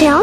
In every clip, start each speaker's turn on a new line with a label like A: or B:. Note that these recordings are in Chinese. A: 聊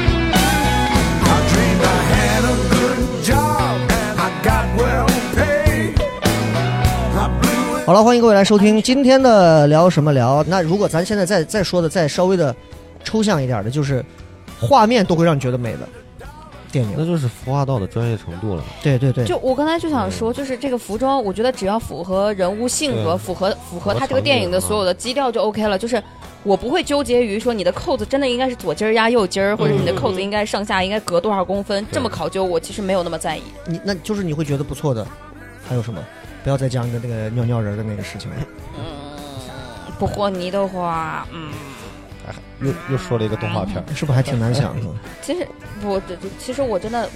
B: I dreamed I had a good job and I got well paid. I blew it
C: 好了，欢迎各位来收听今天的聊什么聊。那如果咱现在再再说的再稍微的抽象一点的，就是画面都会让你觉得美的电影。
D: 那就是服化道的专业程度了。
C: 呃对对对，
E: 就我刚才就想说，就是这个服装，我觉得只要符合人物性格，
D: 对
E: 符合符合
D: 合
E: 他这个
D: 场景
E: 电影的
D: 啊
E: 所有的基调就 OK 了。就是我不会纠结于说你的扣子真的应该是左襟儿压右襟儿，或者你的扣子应该上下应该隔多少公分，这么考究，我其实没有那么在意。
C: 你那就是你会觉得不错的。还有什么？不要再讲你的那个尿尿人的那个事情了。
E: 不和泥的话，嗯，
D: 哎，又又说了一个动画片儿，
C: 是不是还挺难想 的？
E: 其实我这其实我真的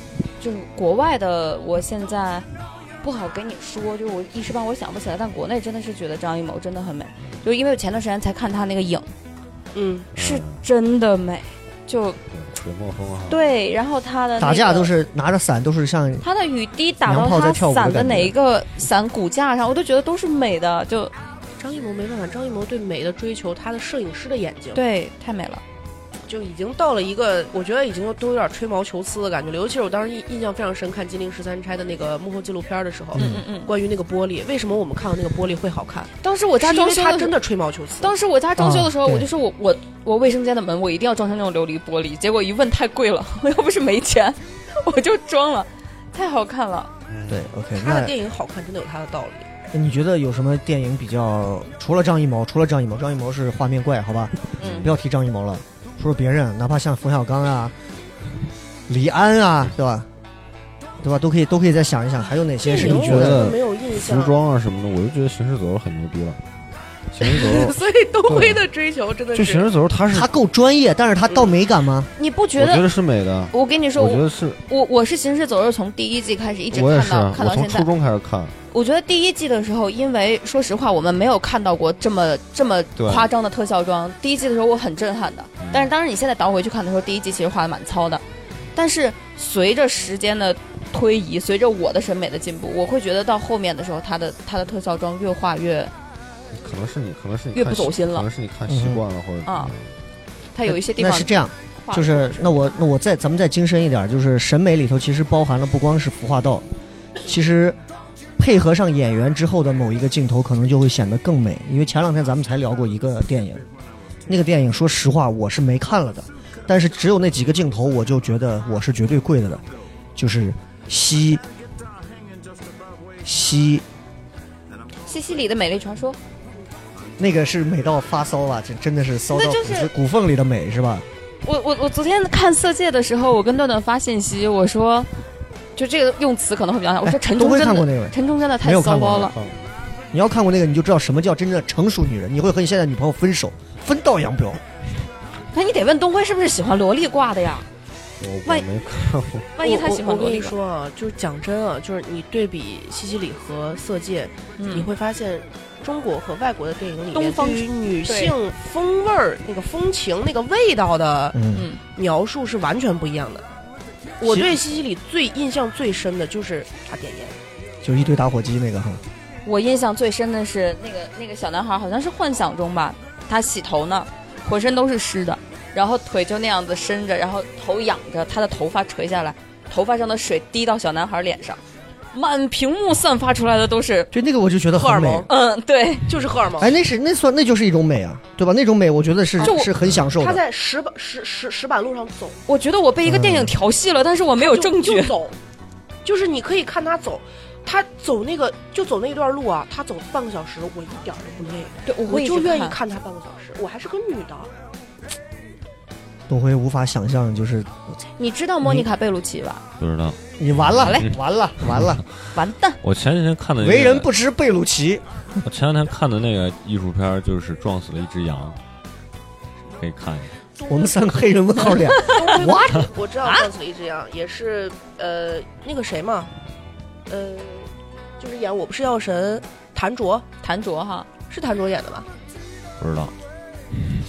E: 就是国外的，我现在不好跟你说，就我一时半会儿想不起来。但国内真的是觉得张艺谋真的很美，就因为我前段时间才看他那个影，
F: 嗯，
E: 是真的美，就。
D: 对刘墨啊峰哈。
E: 嗯对，然后他的、那个、
C: 打架都是拿着伞，都是像
E: 他的雨滴打到
C: 娘炮在
E: 他
C: 跳舞的
E: 伞
C: 感觉
E: 哪一个伞骨架上，我都觉得都是美的，就
F: 张艺谋没办法，张艺谋对美的追求，他的摄影师的眼睛，，
E: 对，太美了。
F: 就已经到了一个，我觉得已经都有点吹毛求疵的感觉了。尤其是我当时印印象非常深，看《金陵十三钗》的那个幕后纪录片的时候，
E: 嗯嗯，
F: 关于那个玻璃，为什么我们看到那个玻璃会好看？
E: 当时我家
F: 是因
E: 装
F: 为
E: 修
F: 他
E: 的时
F: 真
E: 候，
F: 的吹毛求疵。
E: 当时我家装修的时候，
C: 啊对
E: 我就说我我我卫生间的门我一定要装成那种琉璃玻璃，结果一问太贵了， 我又不是没钱， 我就装了，太好看了。
C: 对。OK，
F: 他的
C: 那
F: 电影好看，真的有他的道理。
C: 你觉得有什么电影比较？除了张艺谋，除了张艺谋，张艺谋是画面怪，好吧？不
E: 嗯，
C: 要提张艺谋了，说说别人，哪怕像冯小刚啊、李安啊，对吧？对吧？都可以，都可以再想一想，还有哪些是你
D: 电影
C: 觉
D: 我觉
C: 得
D: 得
F: 没有印象
D: 服，装啊什么的，我就觉得行尸走肉很牛逼了。行尸走 肉，
F: 所以东辉的追求真的
D: 就行
F: 是
D: 尸走肉，
G: 哎
D: 它是
C: 他够专业，但是他到美感吗？
E: 你不觉
D: 我觉
E: 得？
D: 得是美的，
E: 我跟你说，
D: 我觉
E: 我
D: 得是，
E: 我我是《行尸走肉》从第一季开始一直
D: 我也
E: 看
D: 是
E: 到
D: 啊，
E: 看
D: 我
E: 到
D: 从
E: 现在
D: 初，中开始看，
E: 我觉得第一季的时候，因为说实话，我们没有看到过这么这么
D: 对
E: 夸张的特效妆。第一季的时候我很震撼的，嗯
C: 嗯
E: 但是当然你现在倒回去看的时候，第一季其实画的蛮糙的。但是随着时间的推移，随着我的审美的进步，我会觉得到后面的时候，它的它的特效妆越画越，
D: 嗯可能是你，可能是你
E: 越
D: 看
E: 不走
D: 习
E: 心了
D: 可能是你看习惯了或者嗯怎
E: 啊
D: 么样
E: 它有一些地
C: 哎那
E: 方
C: 是这样，
E: 画
C: 就是那我那我再咱们再精深一点，就是审美里头其实包含了不光是服化道，其实配合上演员之后的某一个镜头，可能就会显得更美。因为前两天咱们才聊过一个电影，那个电影说实话我是没看了的，但是只有那几个镜头，我就觉得我是绝对跪的了，就是西西
E: 西西里的美丽传说，
C: 那个是美到发骚啊，这真的是骚到
E: 那
C: 骨
E: 就是
C: 子骨缝里的美是吧？
E: 我我我昨天看《色戒》的时候，我跟段段发信息，我说，就这个用词可能会比较好，我说
C: 哎
E: 陈
C: 都
E: 冲
C: 没
E: 真
C: 看过
E: 的，
C: 那个。
E: 陈冲真的
C: 没
E: 太
C: 有
E: 骚
C: 看过
E: 包
C: 没有
E: 了。
D: 看
C: 你要看过那个，你就知道什么叫真正的成熟女人。你会和你现在的女朋友分手，分道扬镳。
E: 那哎你得问东辉是不是喜欢萝莉挂的呀？
D: 我我
E: 万
D: 没看过，
E: 万一他喜欢
F: 我我
E: 萝
F: 我跟
E: 莉
F: 你
E: 呢，
F: 说啊，就是讲真啊，就是你对比西西里和色戒，你
E: 嗯，
F: 会发现中国和外国的电影里面
E: 东方
F: 对于女性风味儿、那个风情、那个味道的
C: 嗯，
F: 描述是完全不一样的。我
C: 其
F: 对西西里最印象最深的就是他点烟，
C: 就是一堆打火机那个哈。
E: 我印象最深的是那个那个小男孩，好像是幻想中吧，他洗头呢，浑身都是湿的，然后腿就那样子伸着，然后头仰着，他的头发垂下来，头发上的水滴到小男孩脸上，满屏幕散发出来的都是，
C: 就那个我就觉得
F: 荷尔
C: 很美
F: 蒙。
E: 嗯，对，
F: 就是荷尔蒙。
C: 哎，那是那算那就是一种美啊，对吧？那种美我觉得是
E: 啊就我
C: 是很享受
F: 他
C: 的。
F: 在石板石石石板路上走，
E: 我觉得我被一个电影调戏了，但是我没有
F: 就
E: 证据
F: 就，走，就是你可以看他走，他走那个就走那一段路啊，他走半个小时，我一点儿都不累，
E: 对，我
F: 我
E: 会
F: 就
E: 一直
F: 愿意看他半个小时，我还是个女的。
C: 董辉无法想象，就是
E: 你知道莫妮卡贝鲁奇吧？
D: 不知道
C: 你完了
E: 好嘞，
C: 完了，完了，
E: 完蛋，
D: 我前几天看的 那个
C: 为人不知贝鲁奇，
D: 我前两天看的那个艺术片儿就是撞死了一只羊，可以看一下。
C: 我们三个黑人问号 脸，What？
F: 我知道撞死了一只羊，也是呃那个谁嘛，呃，就是演《我不是药神》谭卓，
E: 谭卓哈，
F: 是谭卓演的吧？
D: 不知道，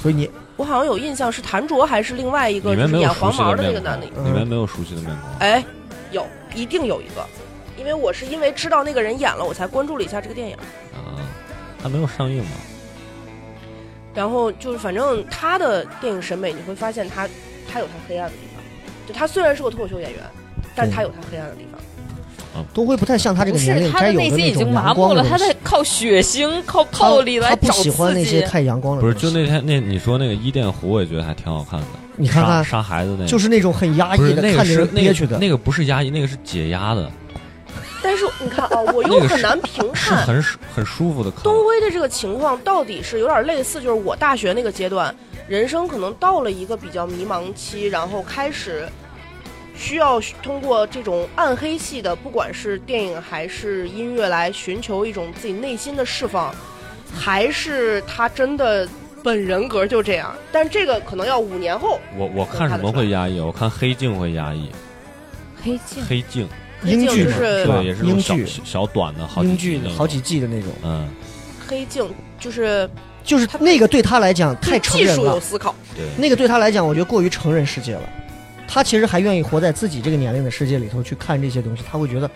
C: 所以你
F: 我好像有印象是谭卓还是另外一个
D: 里
F: 就
D: 面
F: 是
D: 没有
F: 演
D: 熟
F: 黄
D: 悉
F: 毛
D: 的
F: 的那个
D: 面
F: 男的。
D: 孔，里啊
E: 嗯
D: 面没有熟悉的面孔。
F: 哎，有，一定有一个，因为我是因为知道那个人演了，我才关注了一下这个电影。
D: 啊，它没有上映嘛？
F: 然后就是，反正他的电影审美，你会发现他他有他黑暗的地方。就他虽然是个脱口秀演员，但是他有他黑暗的地方。
C: 东辉不太像他这
E: 不
C: 个年
E: 是
C: 龄
E: 他
C: 该
E: 的
C: 有
E: 内心
C: 那
E: 已经
C: 种
E: 麻
C: 阳
E: 木
C: 光
E: 了，
C: 的
E: 他
C: 东
E: 在
C: 西。
E: 靠血腥、靠
C: 他
E: 暴力来
C: 他不
E: 找
C: 喜欢
E: 刺
C: 那
E: 激
C: 些。太阳光的
D: 不
C: 东
D: 是，
C: 西，
D: 就那天那你说那个伊甸湖，我也觉得还挺好看的。
C: 你看看
D: 杀杀孩子那个，
C: 就是那种很压
D: 不
C: 抑
D: 是
C: 的，
D: 那个
C: 看着
D: 是
C: 人
D: 那
C: 憋
D: 个
C: 屈的。
D: 那个不是压抑，那个是解压的，
F: 但是你看啊、我又
D: 那个是
F: 很难评
D: 是
F: 判。
D: 很舒很舒服的看。
F: 东辉的这个情况到底是有点类似，就是我大学那个阶段，人生可能到了一个比较迷茫期，然后开始需要通过这种暗黑系的，不管是电影还是音乐，来寻求一种自己内心的释放，还是他真的本人格就这样？但这个可能要五年后。
D: 我我看什么会压抑？我看黑镜会压抑，
E: 黑镜
D: 黑镜
C: 英剧
F: 就
C: 嘛
F: 是
C: 吧
D: 对也是那
C: 英
D: 种小
C: 剧，
D: 小小短的，好
C: 英
D: 几
C: 剧
D: 集那种
C: 好几季的那种，
D: 嗯，
F: 黑镜就是
C: 就是
F: 他
C: 那个对他来讲太
F: 对
C: 成
F: 技
C: 人
F: 术有
C: 了，
F: 思考，
D: 对。
C: 那个对他来讲，我觉得过于成人世界了。他其实还愿意活在自己这个年龄的世界里头去看这些东西，他会觉得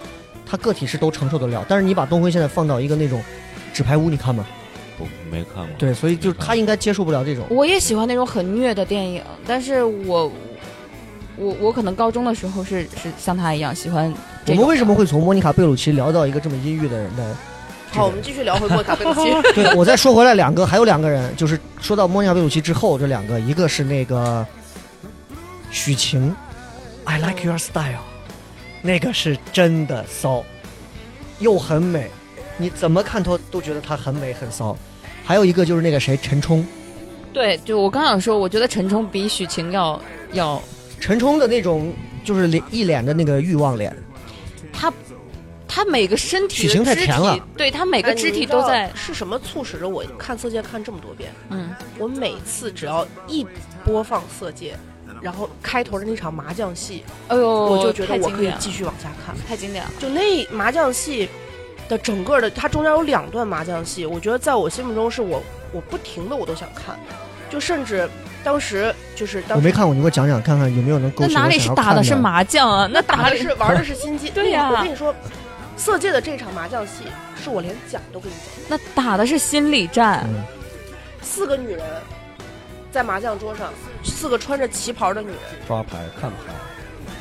C: 他个体是都承受得了。但是你把东辉现在放到一个那种纸牌屋，你看吗？
D: 我没看过。
C: 对，所以就是他应该接受不了这种。
E: 我也喜欢那种很虐的电影，但是我我我可能高中的时候是是像他一样喜欢这
C: 我
E: 种。
C: 们为什么会从莫妮卡贝鲁奇聊到一个这么阴郁的人呢？
F: 好，我们继续聊回莫卡贝鲁奇。
C: 对，我再说回来两个，还有两个人，就是说到莫妮卡贝鲁奇之后，这两个，一个是那个许晴，I like your style，那个是真的骚，又很美，你怎么看都都觉得她很美很骚。还有一个就是那个谁，陈冲，
E: 对，就我刚想说，我觉得陈冲比许晴要要，
C: 陈冲的那种就是脸一脸的那个欲望脸，
E: 他他每个身体
C: 许晴
E: 的
C: 太
E: 肢
C: 甜了
E: 体，对他每
F: 每
E: 个肢体都在，
F: 是什么促使着我看《色戒》看这么多遍？
E: 嗯，
F: 我每次只要一播放《色戒》，然后开头的那场麻将戏，
E: 哎呦，
F: 我就觉得
E: 太
F: 我
E: 经
F: 可以
E: 典了，
F: 继续往下看。
E: 太经典了。
F: 就那麻将戏的整个的，它中间有两段麻将戏，我觉得在我心目中是我我不停的我都想看，就甚至当时就是
C: 我
F: 当
C: 没
F: 时
C: 看过，你给我讲讲看看有没有能勾
E: 那
C: 起我
E: 哪里
C: 想
E: 是
C: 要
E: 打
C: 看
E: 的是？麻将啊？那
F: 打
E: 打
F: 的
E: 的
F: 是玩的是心机。
E: 对呀
F: 那个我跟你说，《色戒》的这场麻将戏是我连讲都跟你讲。
E: 那打的是心理战，
C: 嗯，
F: 四个女人在麻将桌上，四个穿着旗袍的女人，
D: 抓牌看牌，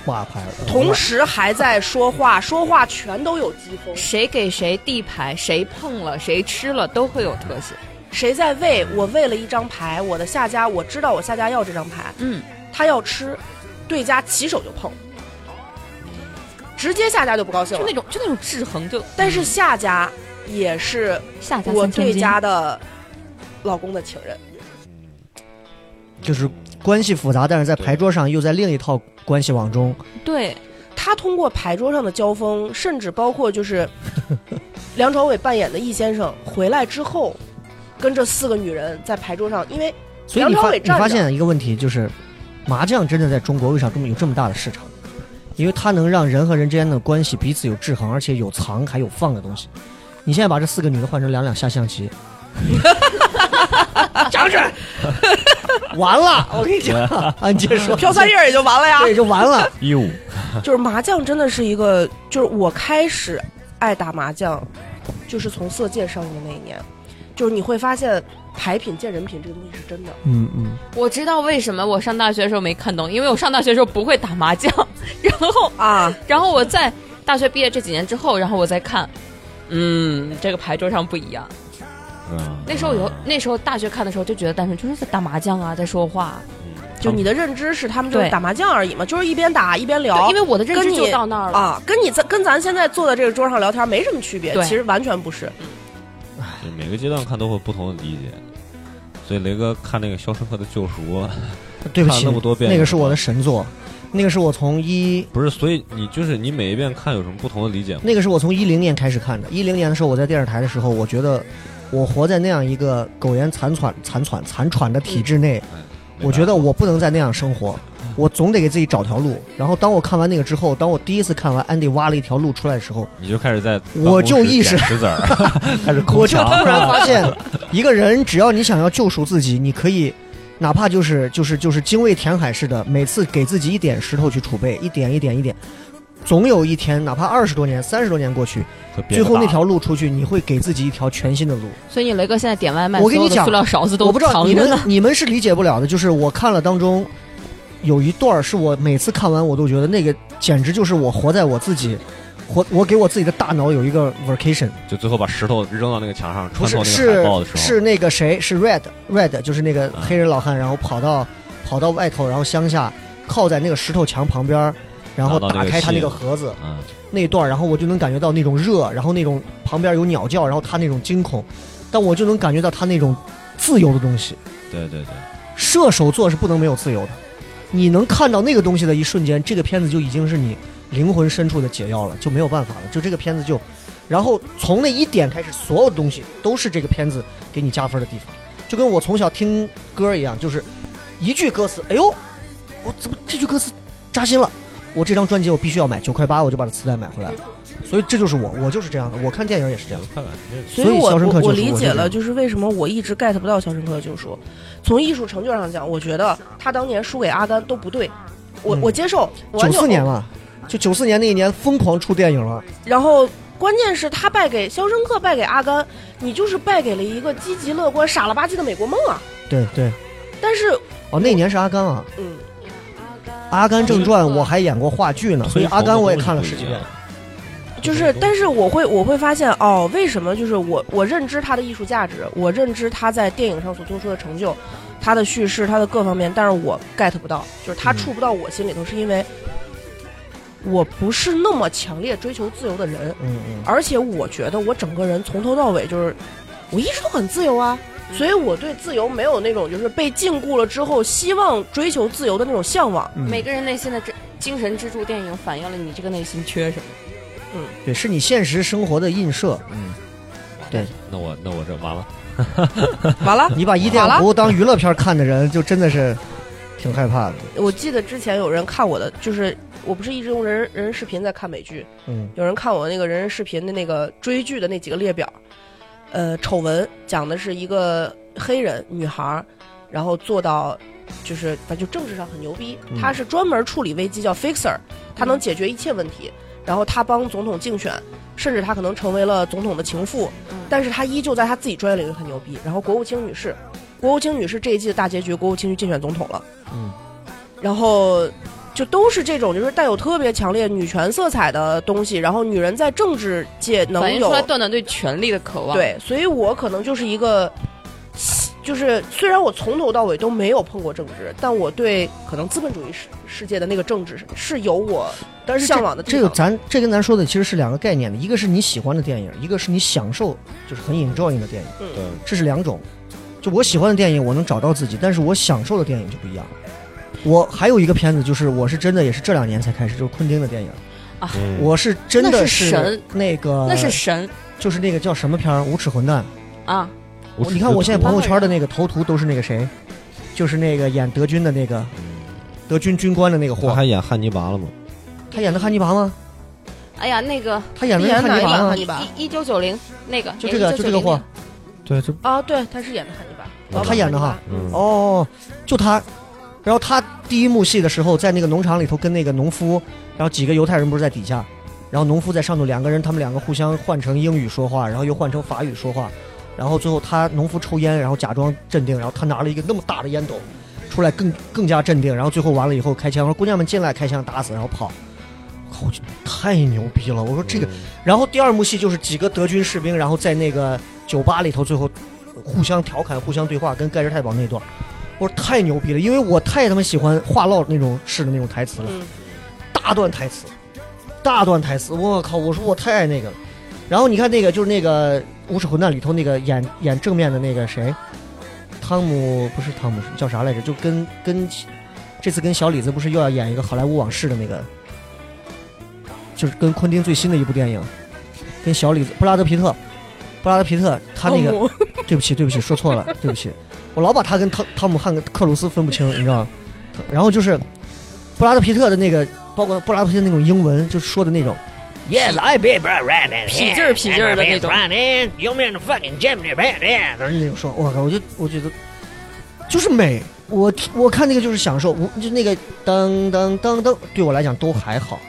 C: 挂牌，呃
F: 同时还在说话， 说话全都有机锋。
E: 谁给谁递牌，谁碰了谁吃了都会有特写。
F: 谁在喂？我喂了一张牌，我的下家我知道我下家要这张牌，
E: 嗯，
F: 他要吃，对家起手就碰，直接下家就不高兴
E: 就
F: 了
E: 那。种就那种制衡，就
F: 但是下家也是
E: 下家
F: 我
E: 三千
F: 对
E: 金
F: 家的老公的情人，
C: 就是关系复杂，但是在牌桌上又在另一套关系网中。
E: 对
F: 他通过牌桌上的交锋，甚至包括就是 梁朝伟扮演的易先生回来之后，跟这四个女人在牌桌上，因为
C: 所以你
F: 梁朝
C: 发
F: 伟
C: 你
F: 站着
C: 发现一个问题，就是麻将真的在中国为啥这么有这么大的市场？因为它能让人和人之间的关系彼此有制衡，而且有藏还有放的东西。你现在把这四个女的换成两两下象 棋，
F: 长准
C: 完了！我跟你讲，啊，你接着说，
F: 飘三叶也就完了呀。
C: 对，就完了。
D: 一五
F: 就是麻将真的是一个，就是我开始爱打麻将，就是从《色戒》上映的那一年，就是你会发现牌品见人品这个东西是真的。
C: 嗯嗯，
E: 我知道为什么我上大学的时候没看懂，因为我上大学的时候不会打麻将，然后
F: 啊，
E: 然后我在大学毕业这几年之后，然后我再看，嗯，这个牌桌上不一样。
D: 嗯
E: 那时候有那时候大学看的时候就觉得单纯就是在打麻将啊，在说话，
D: 嗯
F: 就你的认知是他们就是
E: 对
F: 打麻将而已嘛，就是一边打一边
E: 对
F: 聊，
E: 因为我的认
F: 跟
E: 知
F: 你
E: 就到那儿了。
F: 啊，跟你在跟咱现在坐在这个桌上聊天没什么区别，
E: 对
F: 其实完全不是。
D: 就每个阶段看都会有不同的理解，所以雷哥看那个《肖申克的救赎》，啊
C: 对不
D: 看
C: 起
D: 了那么多，遍
C: 那个是我的神作。那个是我从一
D: 不是，所以你就是你每一遍看有什么不同的理解吗？
C: 那个是我从一零年开始看的。一零年的时候，我在电视台的时候，我觉得我活在那样一个苟延残喘、残喘、残喘的体制内，我觉得我不能再那样生活，我总得给自己找条路。然后当我看完那个之后，当我第一次看完安迪挖了一条路出来的时候，
D: 你就开始在
C: 我就意识
D: 办公室捡石 子儿，开始抠
C: 我就
D: 墙
C: 突然发现，一个人只要你想要救赎自己，你可以。哪怕就是就是就是精卫填海似的，每次给自己一点石头去储备，一点一点一点，总有一天，哪怕二十多年、三十多年过去，
D: 和别
C: 最
D: 的
C: 后那
D: 大
C: 条路出去，你会给自己一条全新的路。
E: 所以你雷哥现在点外卖，
C: 我跟你
E: 所有的
C: 讲
E: 塑料勺子都
C: 我不知道
E: 藏
C: 你
E: 着
C: 们
E: 呢。
C: 你们是理解不了的，就是我看了当中有一段儿是我每次看完我都觉得那个简直就是我活在我自己，活我给我自己的大脑有一个 vacation，
D: 就最后把石头扔到那个墙上，
C: 不
D: 穿透
C: 是
D: 那个海
C: 是
D: 报的时候，嗯
C: 是那个谁是 red red 就是那个黑人老汉，然后跑到跑到外头，然后乡下靠在那个石头墙旁边儿，然后
D: 拿到那
C: 打
D: 个
C: 开他那
D: 信
C: 个盒子，
D: 嗯，
C: 那一段儿，然后我就能感觉到那种热，然后那种旁边有鸟叫，然后他那种惊恐，但我就能感觉到他那种自由的东西。
D: 对对对，
C: 射手座是不能没有自由的，你能看到那个东西的一瞬间，这个片子就已经是你灵魂深处的解药了，就没有办法了。就这个片子就，然后从那一点开始，所有的东西都是这个片子给你加分的地方。就跟我从小听歌一样，就是一句歌词，哎呦，我怎么这句歌词扎心了？我这张专辑我必须要买，九块八我就把这磁带买回来了。所以这就是我，我就是这样的。我看电影也是这样的。
D: 快吧，你
F: 所
C: 所以
F: 我
C: 肖申克
F: 我
C: 救赎
F: 理
C: 我
F: 解
C: 就
F: 了，
C: 是
F: 就是为什么我一直 get 不到《肖申克的救赎》。从艺术成就上讲，我觉得他当年输给阿甘都不对，我、
C: 嗯
F: 我接受。我完
C: 九
F: 全
C: 四年了，就九四年那一年疯狂出电影了。
F: 然后关键是他败给《肖申克》，败给阿甘，你就是败给了一个积极乐观、傻了吧唧的美国梦啊！
C: 对对，
F: 但是，
C: 哦，那年是阿甘啊，
F: 嗯，
C: 《阿甘正传》我还演过话剧呢，
D: 这
C: 所以《阿甘》我也看了十几遍。。
F: 就是，但是我会我会发现哦，为什么就是我我认知他的艺术价值，我认知他在电影上所做出的成就，他的叙事，他的各方面，但是我 get 不到，就是他
C: 嗯
F: 触不到我心里头，是因为我不是那么强烈追求自由的人，
C: 嗯嗯，
F: 而且我觉得我整个人从头到尾就是我一直都很自由啊，所以我对自由没有那种就是被禁锢了之后希望追求自由的那种向往。
C: 嗯
E: 每个人内心的这精神支柱电影反映了你这个内心缺什么。
C: 对，是你现实生活的映射。
D: 嗯，
C: 对，
D: 那我那我这完了，
F: 完了，
C: 你把伊甸湖当娱乐片看的人，就真的是挺害怕的。
F: 我记得之前有人看我的，就是我不是一直用人人人视频在看美剧，
C: 嗯
F: 有人看我那个人人视频的那个追剧的那几个列表，呃，丑闻讲的是一个黑人女孩儿，然后做到。就是反正就政治上很牛逼，
C: 嗯
F: 她是专门处理危机叫 fixer，她能解决一切问题，然后她帮总统竞选，甚至她可能成为了总统的情妇，
E: 嗯
F: 但是她依旧在她自己专业领域很牛逼。然后国务卿女士，国务卿女士这一季的大结局，国务卿去竞选总统了，
C: 嗯，
F: 然后就都是这种就是带有特别强烈女权色彩的东西，然后女人在政治界
E: 反
F: 能
E: 映
F: 有
E: 出来段段对权力的渴望。，
F: 对，所以我可能就是一个，就是虽然我从头到尾都没有碰过政治，但我对可能资本主义世世界的那个政治是有我
C: 但是
F: 向往
C: 这
F: 的
C: 这
F: 地
C: 个
F: 方。
C: 咱这跟咱说的其实是两个概念的，一个是你喜欢的电影，一个是你享受就是很 enjoy 的电
F: 嗯
C: 影，
D: 对，
C: 这是两种。就我喜欢的电影，我能找到自己，但是我享受的电影就不一样。我还有一个片子，就是我是真的也是这两年才开始，就是昆汀的电影，
D: 嗯
C: 我是真
E: 那
C: 的
E: 是神
C: 那个
E: 那是神
C: 就是那个叫什么片儿，《无耻混蛋》。嗯
E: 啊！
C: 我你看我现在
D: 不
C: 朋友圈的那个头图都是那个谁，就是那个演德军的那个德军军官的那个
D: 我
C: 货
G: 啊
D: 还，演汉尼拔了吗？
C: 他演的汉尼拔吗？
E: 哎呀，那个
C: 他演的是
F: 演
C: 汉尼
F: 哪
C: 拔
F: 一版
C: 吗
F: 汉？尼拔
E: 一一九九零那个，
C: 啊就这个就这个货
E: 1990，
D: 对，这
F: 啊，对，他是演的汉尼拔，老
C: 哦他
F: 版
C: 演的哈
F: 汉尼拔，嗯
C: 哦，就他。然后他第一幕戏的时候，在那个农场里头跟那个农夫，然后几个犹太人不是在底下，然后农夫在上头，两个人他们两个互相换成英语说话，然后又换成法语说话，然后最后他农夫抽烟，然后假装镇定，然后他拿了一个那么大的烟斗出来更，更加镇定，然后最后完了以后开枪，说姑娘们进来，开枪打死，然后跑。靠，我觉得太牛逼了！我说这个，然后第二幕戏就是几个德军士兵，然后在那个酒吧里头，最后互相调侃、互相对话，跟盖世太保那段，我说太牛逼了，因为我太他妈喜欢话唠那种式的那种台词了，
F: 嗯
C: 大段台词，大段台词，我靠！我说我太爱那个了。然后你看那个就是那个《无耻混蛋》里头那个演演正面的那个谁，汤姆不是汤姆叫啥来着？就跟跟这次跟小李子不是又要演一个好莱坞往事的那个，就是跟昆汀最新的一部电影，跟小李子布拉德皮特，布拉德皮特他那个
E: 哦
C: 对不起，对不起，说错了，对不起，我老把他跟汤汤姆汉克克鲁斯分不清，你知道吗？然后就是布拉德皮特的那个，包括布拉德皮特那种英文，就说的那种
H: Yes, I be right in
E: 痞劲儿痞
B: 哎
E: 劲儿的那种
H: Right in, you mean the fucking Jim the bad in?
C: 那种说，我靠，我就我觉得就是美。我我看那个就是享受，我就那个噔噔噔噔，对我来讲都还好。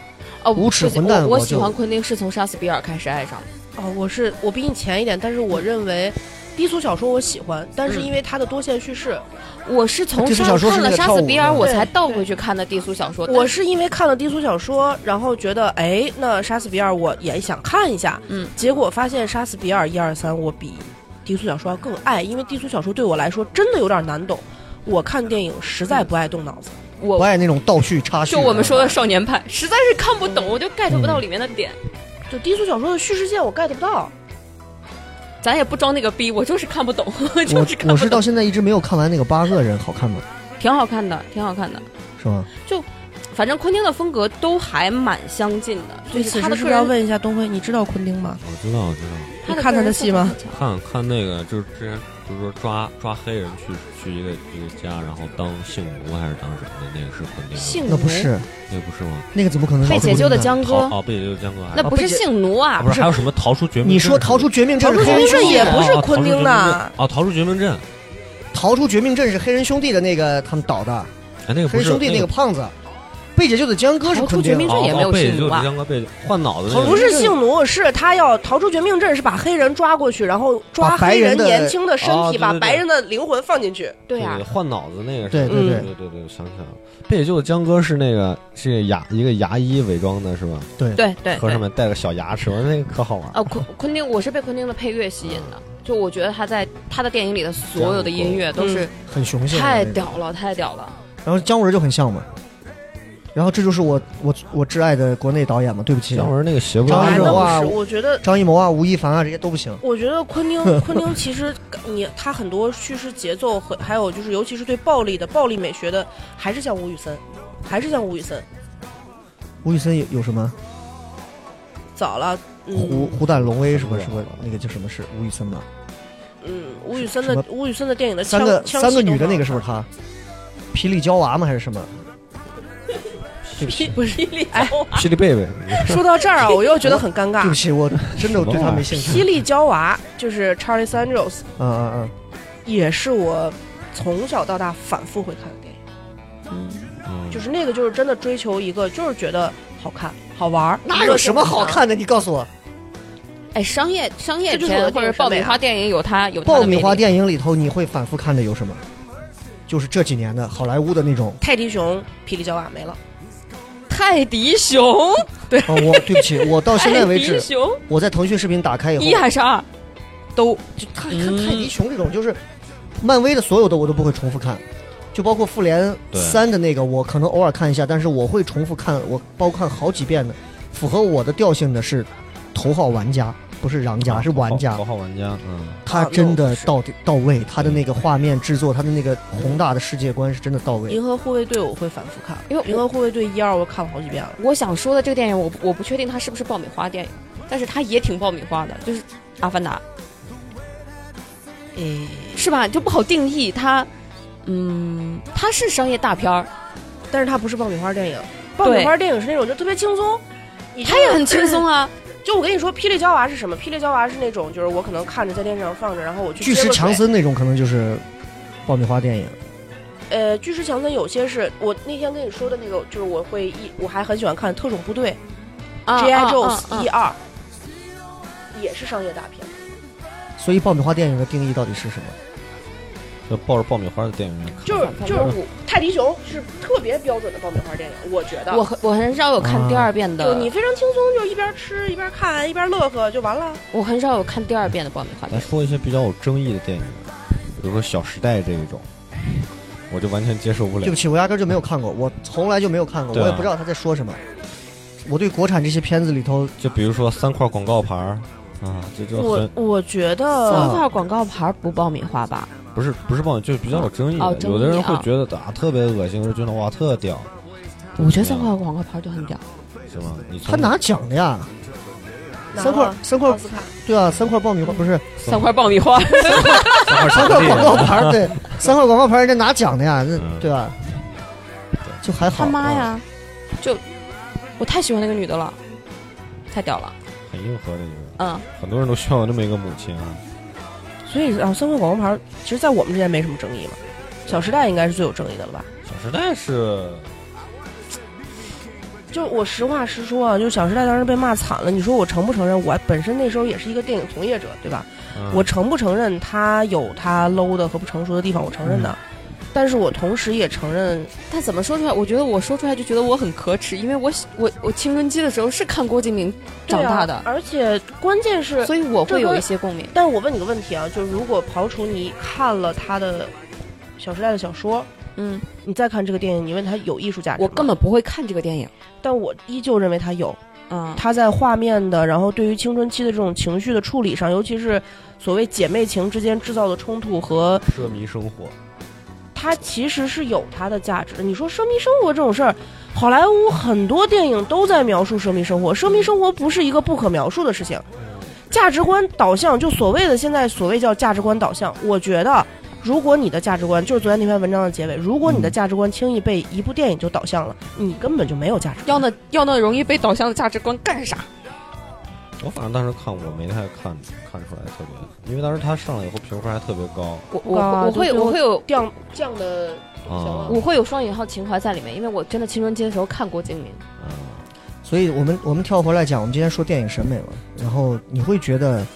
E: 哦，
C: 无耻
E: 不行
C: 混蛋
E: 我
C: 我
E: 喜
C: 就
E: 欢昆汀是从杀死比尔开始爱上的，
F: 哦，我是我比你前一点，但是我认为低俗小说我喜欢，但是因为它的多线叙事，
E: 我是从
C: 低俗
E: 杀
C: 啊小说是
E: 看
C: 那
E: 了
C: 个
E: 杀
C: 跳舞
E: 死
C: 的
E: 比尔，我
F: 对
E: 才倒
F: 对
E: 回去看的低俗小说。
F: 我是因为看了低俗小说，然后觉得哎，那杀死比尔我也想看一下，
E: 嗯，
F: 结果发现杀死比尔一二三我比低俗小说要更爱，因为低俗小说对我来说真的有点难懂，我看电影实在不爱动脑子。
C: 不
E: 我
C: 爱那种倒叙插叙。
E: 就我们说的少年派，实在是看不懂，
C: 嗯
E: 我就 get 不到里面的点。
F: 就低俗小说的叙事线我 get 不到，
E: 咱也不装那个逼，我就是看不懂， 就
C: 我
E: 是看
C: 我
E: 不
C: 是
E: 懂
C: 到。现在一直没有看完那个八个人，好看吗？
E: 挺好看的，挺好看的。
C: 是吗？
E: 反正昆汀的风格都还蛮相近的，
F: 所
E: 就
F: 以
E: 是
F: 此
E: 他
F: 时
E: 的
F: 是
E: 个
F: 不是要
E: 人，
F: 问一下东辉，你知道昆汀吗？
D: 我知道，我知道。
E: 他
F: 你看他
E: 个人
F: 的戏吗
E: 风格很强？
D: 看看那个，就是之前不是说抓抓黑人去去一个一个家，然后当性奴还是当什么的？那个是肯定的，
E: 性奴
C: 那不是，
D: 那不是吗？
C: 那个怎么可能是
E: 被解救的江
D: 逃
E: 哥，
D: 哦，不也就是江哥还？
E: 那不是性奴
D: 啊
E: 啊
D: 不，是还有什么逃出绝命？
C: 你说逃出绝命镇
F: 逃
C: 是
F: 出
C: 黑人
F: 绝命
C: 兄
F: 镇
C: 弟
F: 也不
C: 啊？
F: 是昆汀的，
D: 哦，逃出绝命镇，
C: 逃出绝命镇是黑人兄弟的那个他们导的，
D: 哎，那
C: 黑
D: 个不
C: 人
D: 是
C: 兄弟那个胖子，被解救的江哥是
E: 逃出
C: 昆
E: 绝
C: 汀
E: 命
C: 啊。
E: 镇也没有
D: 被
E: 性奴
D: 就是
E: 啊。
D: 江哥被换脑子那
F: 不
D: 个，
F: 是性奴，是他要逃出绝命镇，是把黑人抓过去，然后抓
C: 把白
F: 黑
C: 人的
F: 年轻的身
D: 哦
F: 体，
D: 对
F: 把
D: 对对
F: 白人的灵魂放进去。
E: 对啊，
D: 换脑子那个是
C: 对
D: 吧，
C: 对对
D: 对对对，想起来了，被解救的江哥是那个是牙一个牙医伪装的是吧？
C: 对，
E: 对对
D: 和尚
E: 对。
D: 们带个小牙齿，我说那个可好玩
E: 哦，昆昆汀，我是被昆汀的配乐吸引
F: 嗯
E: 的，就我觉得他在他的电影里的所有的音乐都
F: 嗯
E: 是
C: 很雄性的那
E: 太
C: 种。
E: 屌了，太屌了。
C: 然后姜文就很像嘛，然后这就是我我我挚爱的国内导演嘛，对不起，
D: 姜文那个邪不
C: 张
D: 拉
C: 艺
F: 哎
D: 几
C: 谋
F: 那
D: 的
F: 不
C: 啊
F: 是，我觉得
C: 张艺谋啊、吴亦凡啊这些都不行。
F: 我觉得昆 汀，昆汀其实你他很多叙事节奏和还有就是，尤其是对暴力的暴力美学的，还是像吴宇森，还是像吴宇森。
C: 吴宇森有有什么
F: 早了，
C: 虎
F: 嗯
C: 虎胆龙威是不是什么那个叫什么是吴宇森吧？
F: 嗯，吴宇森
C: 什
F: 的
C: 么
F: 吴宇森的电影的枪
C: 三个
F: 枪
C: 三个
F: 戏都
C: 女的
F: 很
C: 那个
F: 好
C: 是不是他？霹雳娇娃吗还是什么？对不 起哎
E: 霹 霹雳娇娃，
D: 霹雳贝贝，
F: 说到这儿啊，我又觉得很尴
C: 对不
F: 尬。
C: 起，我真的对他没兴
F: 霹
C: 趣。
F: 雳娇娃就是 Charlie Sanders，
C: 嗯嗯嗯，
F: 也是我从小到大反复会看的电影。
D: 嗯
F: 就是那个，就是真的追求一个，就是觉得好看、好玩儿。
C: 哪有什么好？看的？你告诉我，
E: 哎，商业商业
F: 这就是我
E: 片
F: 的
E: 或者爆
F: 电影审
E: 米
F: 美啊
E: 花电影有它有它的
C: 爆米
E: 魅
C: 花
E: 力
C: 电影里头你会反复看的有什么？就是这几年的好莱坞的那种。
F: 泰迪熊、霹雳娇娃没了。
E: 泰迪熊，
C: 哦，我对不起，我到现在为
F: 哎
E: 泰迪
C: 止，
E: 熊
C: 我在腾讯视频打开以后，
E: 一还是二，都
C: 就看看泰迪熊这种，就是漫威的所有的我都不会重复看，就包括复联
D: 对
C: 三的那个，我可能偶尔看一下，但是我会重复看，我包括看好几遍的。符合我的调性的是头号玩家，不是瓤
G: 啊
C: 家，是玩家
G: 哦
D: 头。号玩家，嗯，
C: 他
F: 啊
C: 真
F: 那我
C: 的
F: 不是
C: 到底到位，他的那个画面制作，他的那个宏大的世界观是真的到位。
F: 银河护卫队我会反复看，
E: 因为我
F: 银河护卫队一二我看了好几遍了。
E: 我想说的这个电影，我我不确定它是不是爆米花电影，但是它也挺爆米花的，就是《阿凡达
F: 诶，》，
E: 是吧？就不好定义它，嗯，它是商业大片儿，
F: 但是它不是爆米花电影，爆米花电影是那种就特别轻松。你
E: 它 也很轻松啊。
F: 就我跟你说，霹雳娇娃是什么？霹雳娇娃是那种，就是我可能看着在电视上放着，然后我去
C: 巨
F: 接
C: 石
F: 个
C: 强
F: 水。
C: 森那种可能就是爆米花电影，
F: 呃，巨石强森有些是我那天跟你说的那个，就是我会一我还很喜欢看特种部队
E: 啊
F: G.I.
E: 啊
F: Joe's
E: 啊
F: 一二，也是商业大片。
C: 所以爆米花电影的定义到底是什么？
D: 就抱着爆米花的电影院看，
F: 就是
E: 反
F: 就
E: 正
F: 是我泰迪熊是特别标准的爆米花电影，我觉得。
E: 我很我很少有看第二遍
F: 就
E: 的，
F: 你非常轻松，就一边吃一边看一边乐呵就完了。
E: 我很少有看第二遍的爆米花
D: 咱
G: 啊
E: 电影。
D: 说一些比较有争议的电影，比如说《小时代》这一种，我就完全接受不了
C: 对不。起，我压根儿就没有看过，我从来就没有看过，
D: 对啊
C: 我也不知道他在说什么。我对国产这些片子里头，
D: 就比如说三块广告牌儿啊，这种很
F: 我觉
E: 三
C: 啊
E: 块广告牌不爆米花吧？
D: 不是不是抱怨，就是比较有争议的。
E: 哦争议
G: 有的人会
E: 啊
G: 觉得啊特别恶心，有人觉得哇特屌，
E: 我觉得三块广告牌就很屌。
G: 是吗？你
C: 他
G: 从
C: 拿奖的呀，三块三块
F: 奥斯卡，
C: 对啊，三块爆米花不是
E: 三块爆米花，
C: 三块广告牌儿，对，三块广告牌儿人家拿奖的呀，那
G: 嗯
C: 对吧？就还好。
E: 他妈
C: 啊！
E: 呀！就我太喜欢那个女的了，太屌了。
G: 很硬核的一个，
E: 嗯，
G: 很多人都需要这么一个母亲啊。
F: 所以啊，三块广告牌，其实，在我们之间没什么争议嘛。小时代应该是最有争议的了吧？
G: 小时代是
F: 就我实话实说啊，就《小时代》当时被骂惨了。你说我承不承认？我本身那时候也是一个电影从业者，对吧？
G: 嗯
F: 我承不承认他有他 low 的和不成熟的地方？我承认的，
D: 嗯
F: 但是我同时也承认，
E: 但怎么说出来？我觉得我说出来就觉得我很可耻，因为我我我青春期的时候是看郭敬明长大的
F: 对啊，而且关键是，
E: 所以我
F: 这
E: 会
F: 跟
E: 有一些共鸣。
F: 但是我问你个问题啊，就如果刨除你看了他的《小时代》的小说，
E: 嗯，
F: 你再看这个电影，你问他有艺术价值吗？
E: 我根本不会看这个电影。
F: 但我依旧认为他有。
E: 嗯，
F: 他在画面的，然后对于青春期的这种情绪的处理上，尤其是所谓姐妹情之间制造的冲突和
D: 奢靡生活，
F: 它其实是有它的价值的。你说奢靡生活这种事儿，好莱坞很多电影都在描述奢靡生活，奢靡生活不是一个不可描述的事情。价值观导向，就所谓的现在所谓叫价值观导向，我觉得，如果你的价值观就是昨天那篇文章的结尾，如果你的
C: 嗯
F: 价值观轻易被一部电影就导向了，你根本就没有价值观。
E: 要那要那容易被导向的价值观干啥？
G: 我反正当时看我没太看看出来特别，因为当时他上来以后评分还特别高
E: 我
F: 不高啊
E: 我我会
F: 就
E: 我会有
F: 降降的
G: 啊，
E: 我会有双引号情怀在里面，因为我真的青春期的时候看郭敬明。
C: 所以我们我们跳回来讲，我们今天说电影审美嘛，然后你会觉得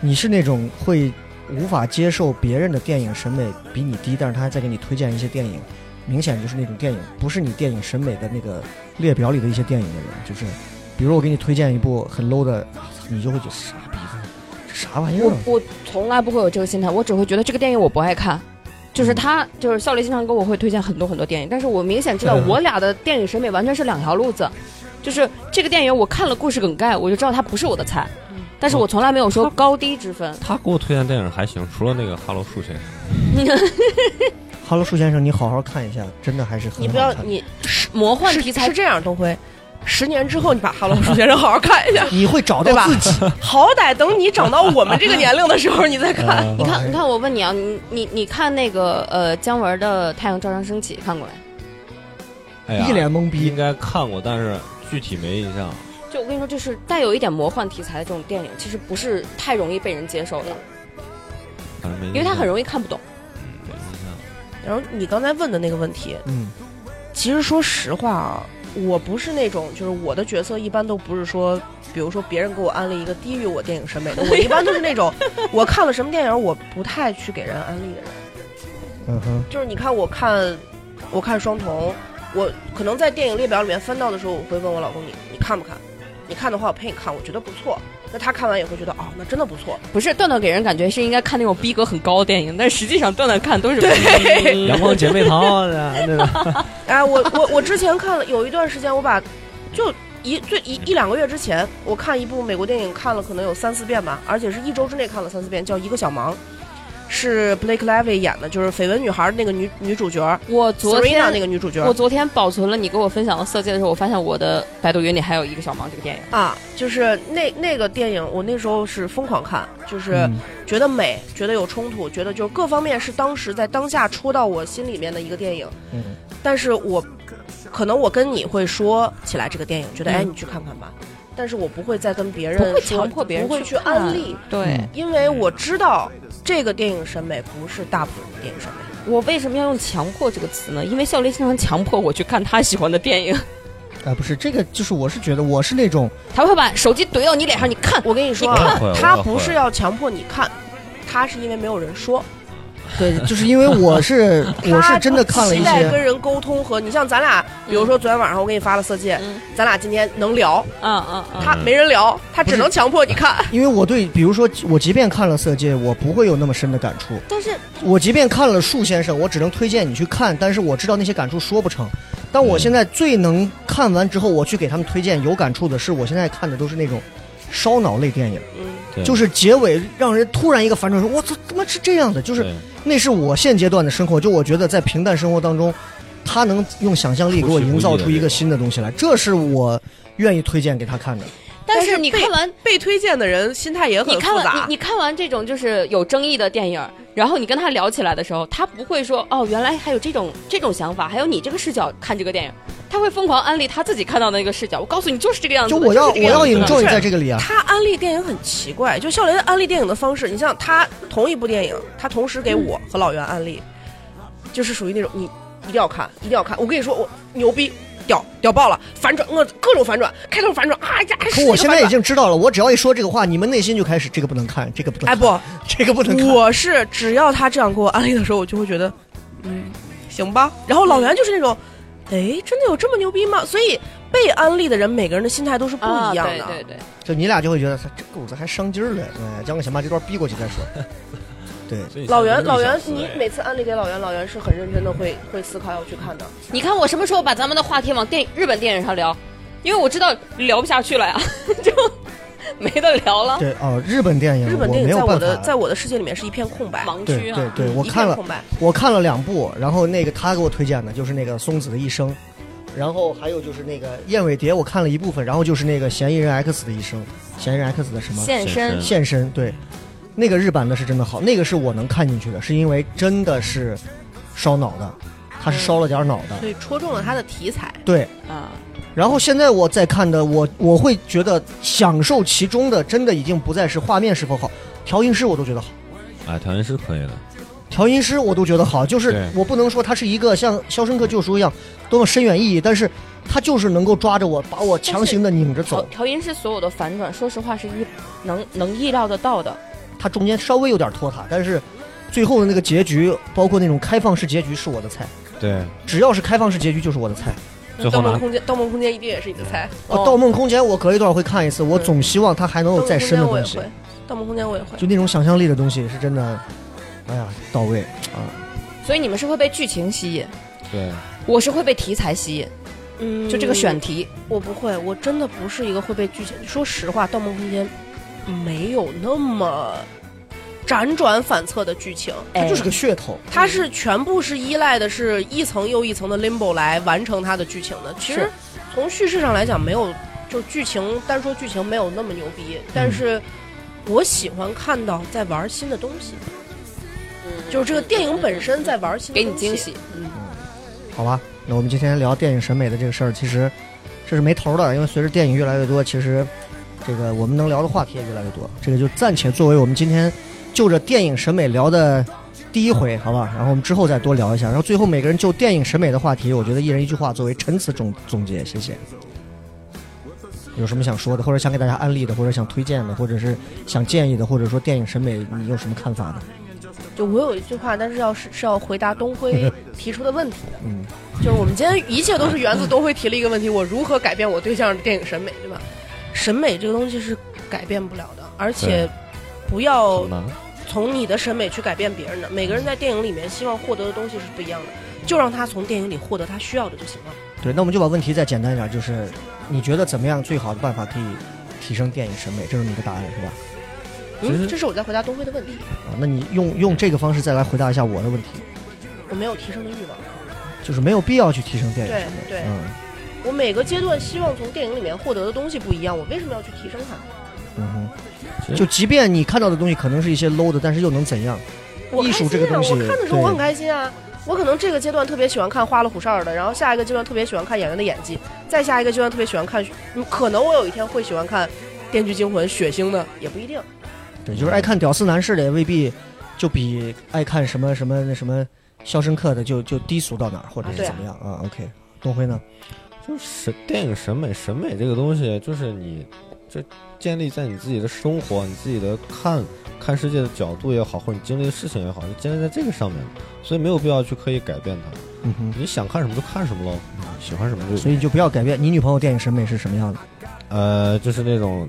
C: 你是那种会无法接受别人的电影审美比你低，但是他还在给你推荐一些电影，明显就是那种电影不是你电影审美的那个列表里的一些电影的人，就是比如我给你推荐一部很 low 的，你就会觉得傻逼，这啥玩意儿
E: 我
C: 啊？
E: 我从来不会有这个心态，我只会觉得这个电影我不爱看。就是他，就是笑雷经常给我会推荐很多很多电影，但是我明显知道
C: 嗯
E: 我俩的电影审美完全是两条路子。就是这个电影我看了故事梗概，我就知道它不是我的菜，但是我从来没有说高低之分。
D: 他给我推荐电影还行，除了那个《哈喽树先生》，
C: 哈喽，树先生，你好好看一下，真的还是很
F: 你
C: 好
F: 不要
C: 看的。
F: 你
E: 魔幻
F: 是
E: 题材
F: 是这样，东辉。十年之后，你把《哈喽，数学生》好好看一下，
C: 你会找
F: 对
C: 到
F: 吧
C: 自己。
F: 好歹等你长到我们这个年龄的时候，你再看。
E: 你看，你看，我问你啊，你你你看那个呃姜文的《太阳照常升起》看过没？
D: 哎呀，
C: 一脸懵逼
D: 应。该看过，但是具体没印象。
E: 就我跟你说，就是带有一点魔幻题材的这种电影，其实不是太容易被人接受的，
D: 反正没印象，
E: 因为它很容易看不懂。
D: 没印象。
F: 然后你刚才问的那个问题，
C: 嗯，
F: 其实说实话啊，我不是那种，就是我的角色一般都不是说，比如说别人给我安利一个低于我电影审美的，我一般都是那种，我看了什么电影，我不太去给人安利的人。
C: 嗯哼，
F: 就是你看，我看，我看双瞳，我可能在电影列表里面翻到的时候，我会问我老公你你看不看？你看的话，我陪你看，我觉得不错。那他看完也会觉得哦，那真的不错。
E: 不是段段给人感觉是应该看那种逼格很高的电影，但实际上段段看都是
D: 阳光姐妹淘，啊那那个
F: 哎，我我我之前看了有一段时间，我把就一最一一两个月之前，我看一部美国电影，看了可能有三四遍吧，而且是一周之内看了三四遍，叫《一个小忙》，是 Blake Lively 演的，就是《绯闻女孩》那个女女主角儿
E: 我昨
F: ，Serena 那
E: 天。
F: 个女主角儿
E: 我昨天保存了你给我分享的《色戒》的时候，我发现我的百度云里还有一个小盲这个电影，
F: 啊，就是那那个电影，我那时候是疯狂看，就是
C: 嗯
F: 觉得美，觉得有冲突，觉得就是各方面是当时在当下戳到我心里面的一个电影。
C: 嗯，
F: 但是我可能我跟你会说起来这个电影，觉得、
E: 嗯
F: 哎你去看看吧，但是我不会再跟别人
E: 不会
F: 说
E: 强迫别人
F: 不会
E: 去
F: 去
E: 看
F: 安利，
E: 对
C: 嗯
F: 因为我知道这个电影审美不是大部分的电影审美。
E: 我为什么要用“强迫”这个词呢？因为笑雷经常强迫我去看他喜欢的电影，
C: 哎，不是这个，就是我是觉得我是那种
E: 他会把手机怼到你脸上，你看，
F: 我跟你说
G: 你
F: 啊
G: 看我也，会
F: 他
G: 我也
F: 不
G: 会
F: 是要强迫你看，他是因为没有人说。
C: 对，就是因为我 是我是真的看了一
F: 期待
C: 些，
F: 跟人沟通和你像咱俩，比如说昨天晚上我给你发了色戒，
E: 嗯
F: 咱俩今天能聊，
E: 嗯嗯嗯，
F: 他没人聊，他只能强迫你看。
C: 因为我对，比如说我即便看了《色戒》，我不会有那么深的感触。
F: 但是
C: 我即便看了《树先生》，我只能推荐你去看，但是我知道那些感触说不成。但我现在最能看完之后，我去给他们推荐有感触的是，我现在看的都是那种烧脑类电影，
F: 嗯，
G: 对
C: 就是结尾让人突然一个反转，说我操，他妈是这样的，就是
G: 对
C: 那是我现阶段的生活，就我觉得在平淡生活当中，他能用想象力给我营造出一个新的东西来，这是我愿意推荐给他看的。
E: 但
F: 是
E: 是你
F: 被
E: 看完
F: 被推荐的人心态也很
E: 你看
F: 复
E: 完
F: 杂
E: 你你。看完这种就是有争议的电影，然后你跟他聊起来的时候，他不会说哦，原来还有这种这种想法，还有你这个视角看这个电影，他会疯狂安利他自己看到的那个视角。我告诉你，就是这个样子
C: 就
E: 的。
C: 我要
E: 就
C: 我
E: 是这个样
C: 要
E: 子的
C: enjoy
F: 是
C: 在这个里啊，
F: 他安利电影很奇怪，就笑雷安利电影的方式，你像他同一部电影，他同时给
C: 嗯
F: 我和老袁安利，就是属于那种你一定要看，一定要看。我跟你说，我牛逼，屌屌爆了，反转，我各种反转，开头反转，啊呀，
C: 可我
F: 十几个
C: 现在已
F: 反
C: 经
F: 转
C: 知道了，我只要一说这个话，你们内心就开始这个不能看，这个不能看，
F: 哎不，
C: 这个不能看。
F: 我是只要他这样给我安利的时候，我就会觉得，嗯，行吧。然后老袁就是那种，
C: 嗯
F: 哎，真的有这么牛逼吗？所以被安利的人，每个人的心态都是不
E: 啊，
F: 一样
E: 对
F: 的。
E: 对对，
C: 就你俩就会觉得，这狗子还伤筋儿了，哎，将个先把这段逼过去再说。 对，
F: 老袁，老袁，你每次安利给老袁，老袁是很认真的会 会思考要去看的。
E: 你看我什么时候把咱们的话题往电影日本电影上聊，因为我知道聊不下去了呀， 就没得聊了。
C: 对哦，日本电影
F: 日本
C: 我没
F: 电影在
C: 有
F: 我
C: 办
F: 的在
C: 法。
F: 我的世界里面是一片空白，
E: 盲区
C: 对对
E: 啊，
C: 对，我
F: 嗯一
C: 看
F: 片
C: 了
F: 空，白。
C: 我看了两部，然后那个他给我推荐的就是那个松子的一生，然后还有就是那个燕尾蝶，我看了一部分，然后就是那个嫌疑人 X 的一生，嫌疑人 X 的什么
E: 现身
D: 身
C: 现身，对，那个日版的是真的好，那个是我能看进去的，是因为真的是烧脑的，他是烧了点脑的，
F: 所以戳中了他的题材，
C: 对。
E: 啊，
C: 然后现在我在看的，我我会觉得享受其中的，真的已经不再是画面是否好，调音师我都觉得好。
D: 哎，调音师可以的，
C: 调音师我都觉得好，就是
D: 对
C: 我不能说它是一个像《肖申克救赎》一样多么深远意义，但是它就是能够抓着我，把我强行的拧着
E: 调
C: 走。
E: 调音师所有的反转，说实话是意能能意料得到的。
C: 它中间稍微有点拖沓，但是最后的那个结局，包括那种开放式结局是我的菜，
G: 对，
C: 只要是开放式结局就是我的菜。
F: 那
D: 最
F: 《
D: 后
F: 盗
D: 呢
F: 梦空间》《盗梦空间》一定也是你的菜，
C: 哦，
E: 哦
C: 《盗梦空间》我隔一段会看一次，我
F: 嗯
C: 总希望它还能
F: 《
C: 有
F: 盗
C: 再
F: 梦空
C: 深
F: 间
C: 的》
F: 我也
C: 东西
F: 会，，《盗梦空间》我也会。
C: 就那种想象力的东西是真的，哎呀，到位啊！
E: 所以你们是会被剧情吸引，
G: 对，
E: 我是会被题材吸引，
F: 嗯
E: 就这个选题。
F: 我不会，我真的不是一个会被剧情。说实话，《盗梦空间》没有那么辗转反侧的剧情，
C: 它
E: 哎
C: 就是个噱头，
F: 它是全部是依赖的是一层又一层的 limbo 来完成它的剧情的。其实
C: 是
F: 从叙事上来讲，没有就剧情单说剧情没有那么牛逼，
E: 嗯
F: 但是我喜欢看到在玩新的东西，就是这个电影本身在玩新
E: 嗯
F: 的
E: 给
F: 东
E: 你
F: 西
E: 惊。喜。
C: 好吧，那我们今天聊电影审美的这个事儿，其实这是没头儿的，因为随着电影越来越多，其实这个我们能聊的话题也越来越多。这个就暂且作为我们今天就着电影审美聊的第一回，好吧？然后我们之后再多聊一下。然后最后每个人就电影审美的话题，我觉得一人一句话作为陈词总总结，谢谢。有什么想说的，或者想给大家安利的，或者想推荐的，或者是想建议的，或者说电影审美你有什么看法的？
F: 就我有一句话，但是要是是要回答东 辉提出的问题的，
C: 嗯
F: 就是我们今天一切都是源自东辉提了一个问题：我如何改变我对象的电影审美，对吧？审美这个东西是改变不了的，而且不要
G: 很难。
F: 从你的审美去改变别人的。每个人在电影里面希望获得的东西是不一样的，就让他从电影里获得他需要的就行了。
C: 对，那我们就把问题再简单一点，就是你觉得怎么样最好的办法可以提升电影审美？这是你的答案是吧？
F: 嗯，这是我在回答东辉的问题，
C: 啊，那你用用这个方式再来回答一下我的问题，
F: 我没有提升的欲望。
C: 就是没有必要去提升电影
F: 对
C: 审美。
F: 对，
C: 嗯
F: 我每个阶段希望从电影里面获得的东西不一样，我为什么要去提升它？
C: 嗯
D: 其
C: 哼，
D: 实
C: 就即便你看到的东西可能是一些 low 的，但是又能怎样？
F: 我
C: 艺
F: 开
C: 术
F: 心
C: 这个
F: 啊！
C: 东西
F: 我看的时候
C: 对
F: 我很开心啊。我可能这个阶段特别喜欢看花里胡哨的，然后下一个阶段特别喜欢看演员的演技，再下一个阶段特别喜欢看，嗯可能我有一天会喜欢看《电锯惊魂》血腥的，也不一定。
C: 对，就是爱看屌丝男士的也未必就比爱看什么什么那什么《肖申克》的就就低俗到哪儿，或者
F: 啊
C: 是
F: 对啊
C: 怎么样啊？OK，东辉呢？
G: 就是电影审美，审美这个东西，就是你这建立在你自己的生活、你自己的看看世界的角度也好，或者你经历的事情也好，你建立在这个上面，所以没有必要去刻意改变它。
C: 嗯哼，
G: 你想看什么就看什么喽，
C: 嗯
G: 喜欢什么
C: 所
G: 就
C: 以你就不要改变你女朋友电影审美是什么样的。
G: 呃，就是那种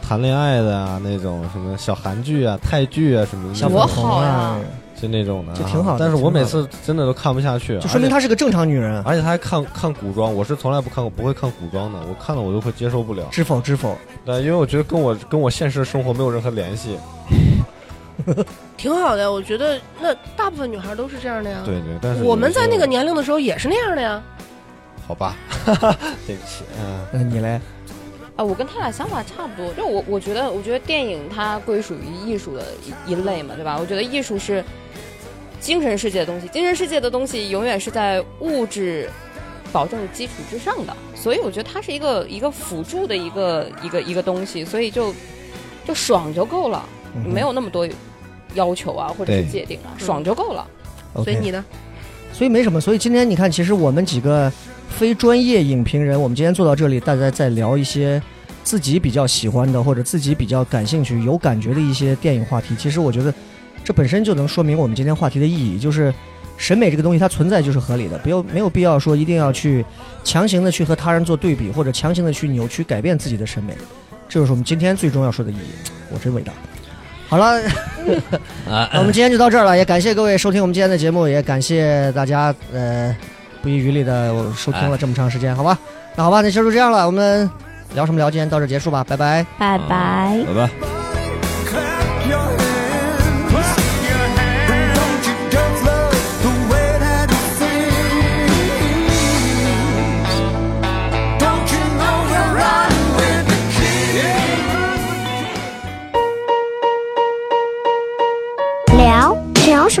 G: 谈恋爱的啊，那种什么小韩剧啊、泰剧啊什么的那
C: 小
G: 种，
E: 我
C: 粉红
E: 好呀
C: 啊，
G: 就那种的啊，
C: 这挺好的
G: 但是
C: 挺
G: 我
C: 好的
G: 每次真的都看不下去，
C: 就说明
G: 而且
C: 她是个正常女人。啊
G: 而且他还看看古装，我是从来不看过，不会看古装的，我看了我就会接受不了。
C: 知否知否？
G: 呃对，因为我觉得跟我跟我现实生活没有任何联系。
F: 挺好的，我觉得那大部分女孩都是这样的呀。
G: 对对，但是
F: 嗯我们在那个
G: 年，
F: 年龄的时候也是那样的呀。
G: 好吧， 对不起，嗯，
C: 那呃你来，
E: 啊，我跟他俩想法差不多，就我我觉得，我觉得电影它归属于艺术的一一类嘛，对吧？我觉得艺术是精神世界的东西，精神世界的东西永远是在物质保证的基础之上的，所以我觉得它是一个一个辅助的一个一个一个东西，所以就就爽就够了，
C: 嗯哼
E: 没有那么多要求啊，或者是
G: 对
E: 界定啊，爽就够了。
F: 所以
C: OK
F: 你呢？
C: 所以没什么。所以今天你看，其实我们几个非专业影评人，我们今天坐到这里，大家在聊一些自己比较喜欢的或者自己比较感兴趣、有感觉的一些电影话题。其实我觉得这本身就能说明我们今天话题的意义，就是审美这个东西它存在就是合理的，不要没有必要说一定要去强行的去和他人做对比，或者强行的去扭曲改变自己的审美。这就是我们今天最终要说的意义。我真伟大。好了，那我们今天就到这儿了，也感谢各位收听我们今天的节目，也感谢大家呃不遗余力的收听了这么长时间，好吧？那好吧，那就就这样了，我们聊什么聊？今天到这儿结束吧，拜拜。
A: 拜拜。
D: 拜拜。
B: Clap your hands. And don't you just love the way that it feels? Don't you know you're riding with the king?
A: 聊聊什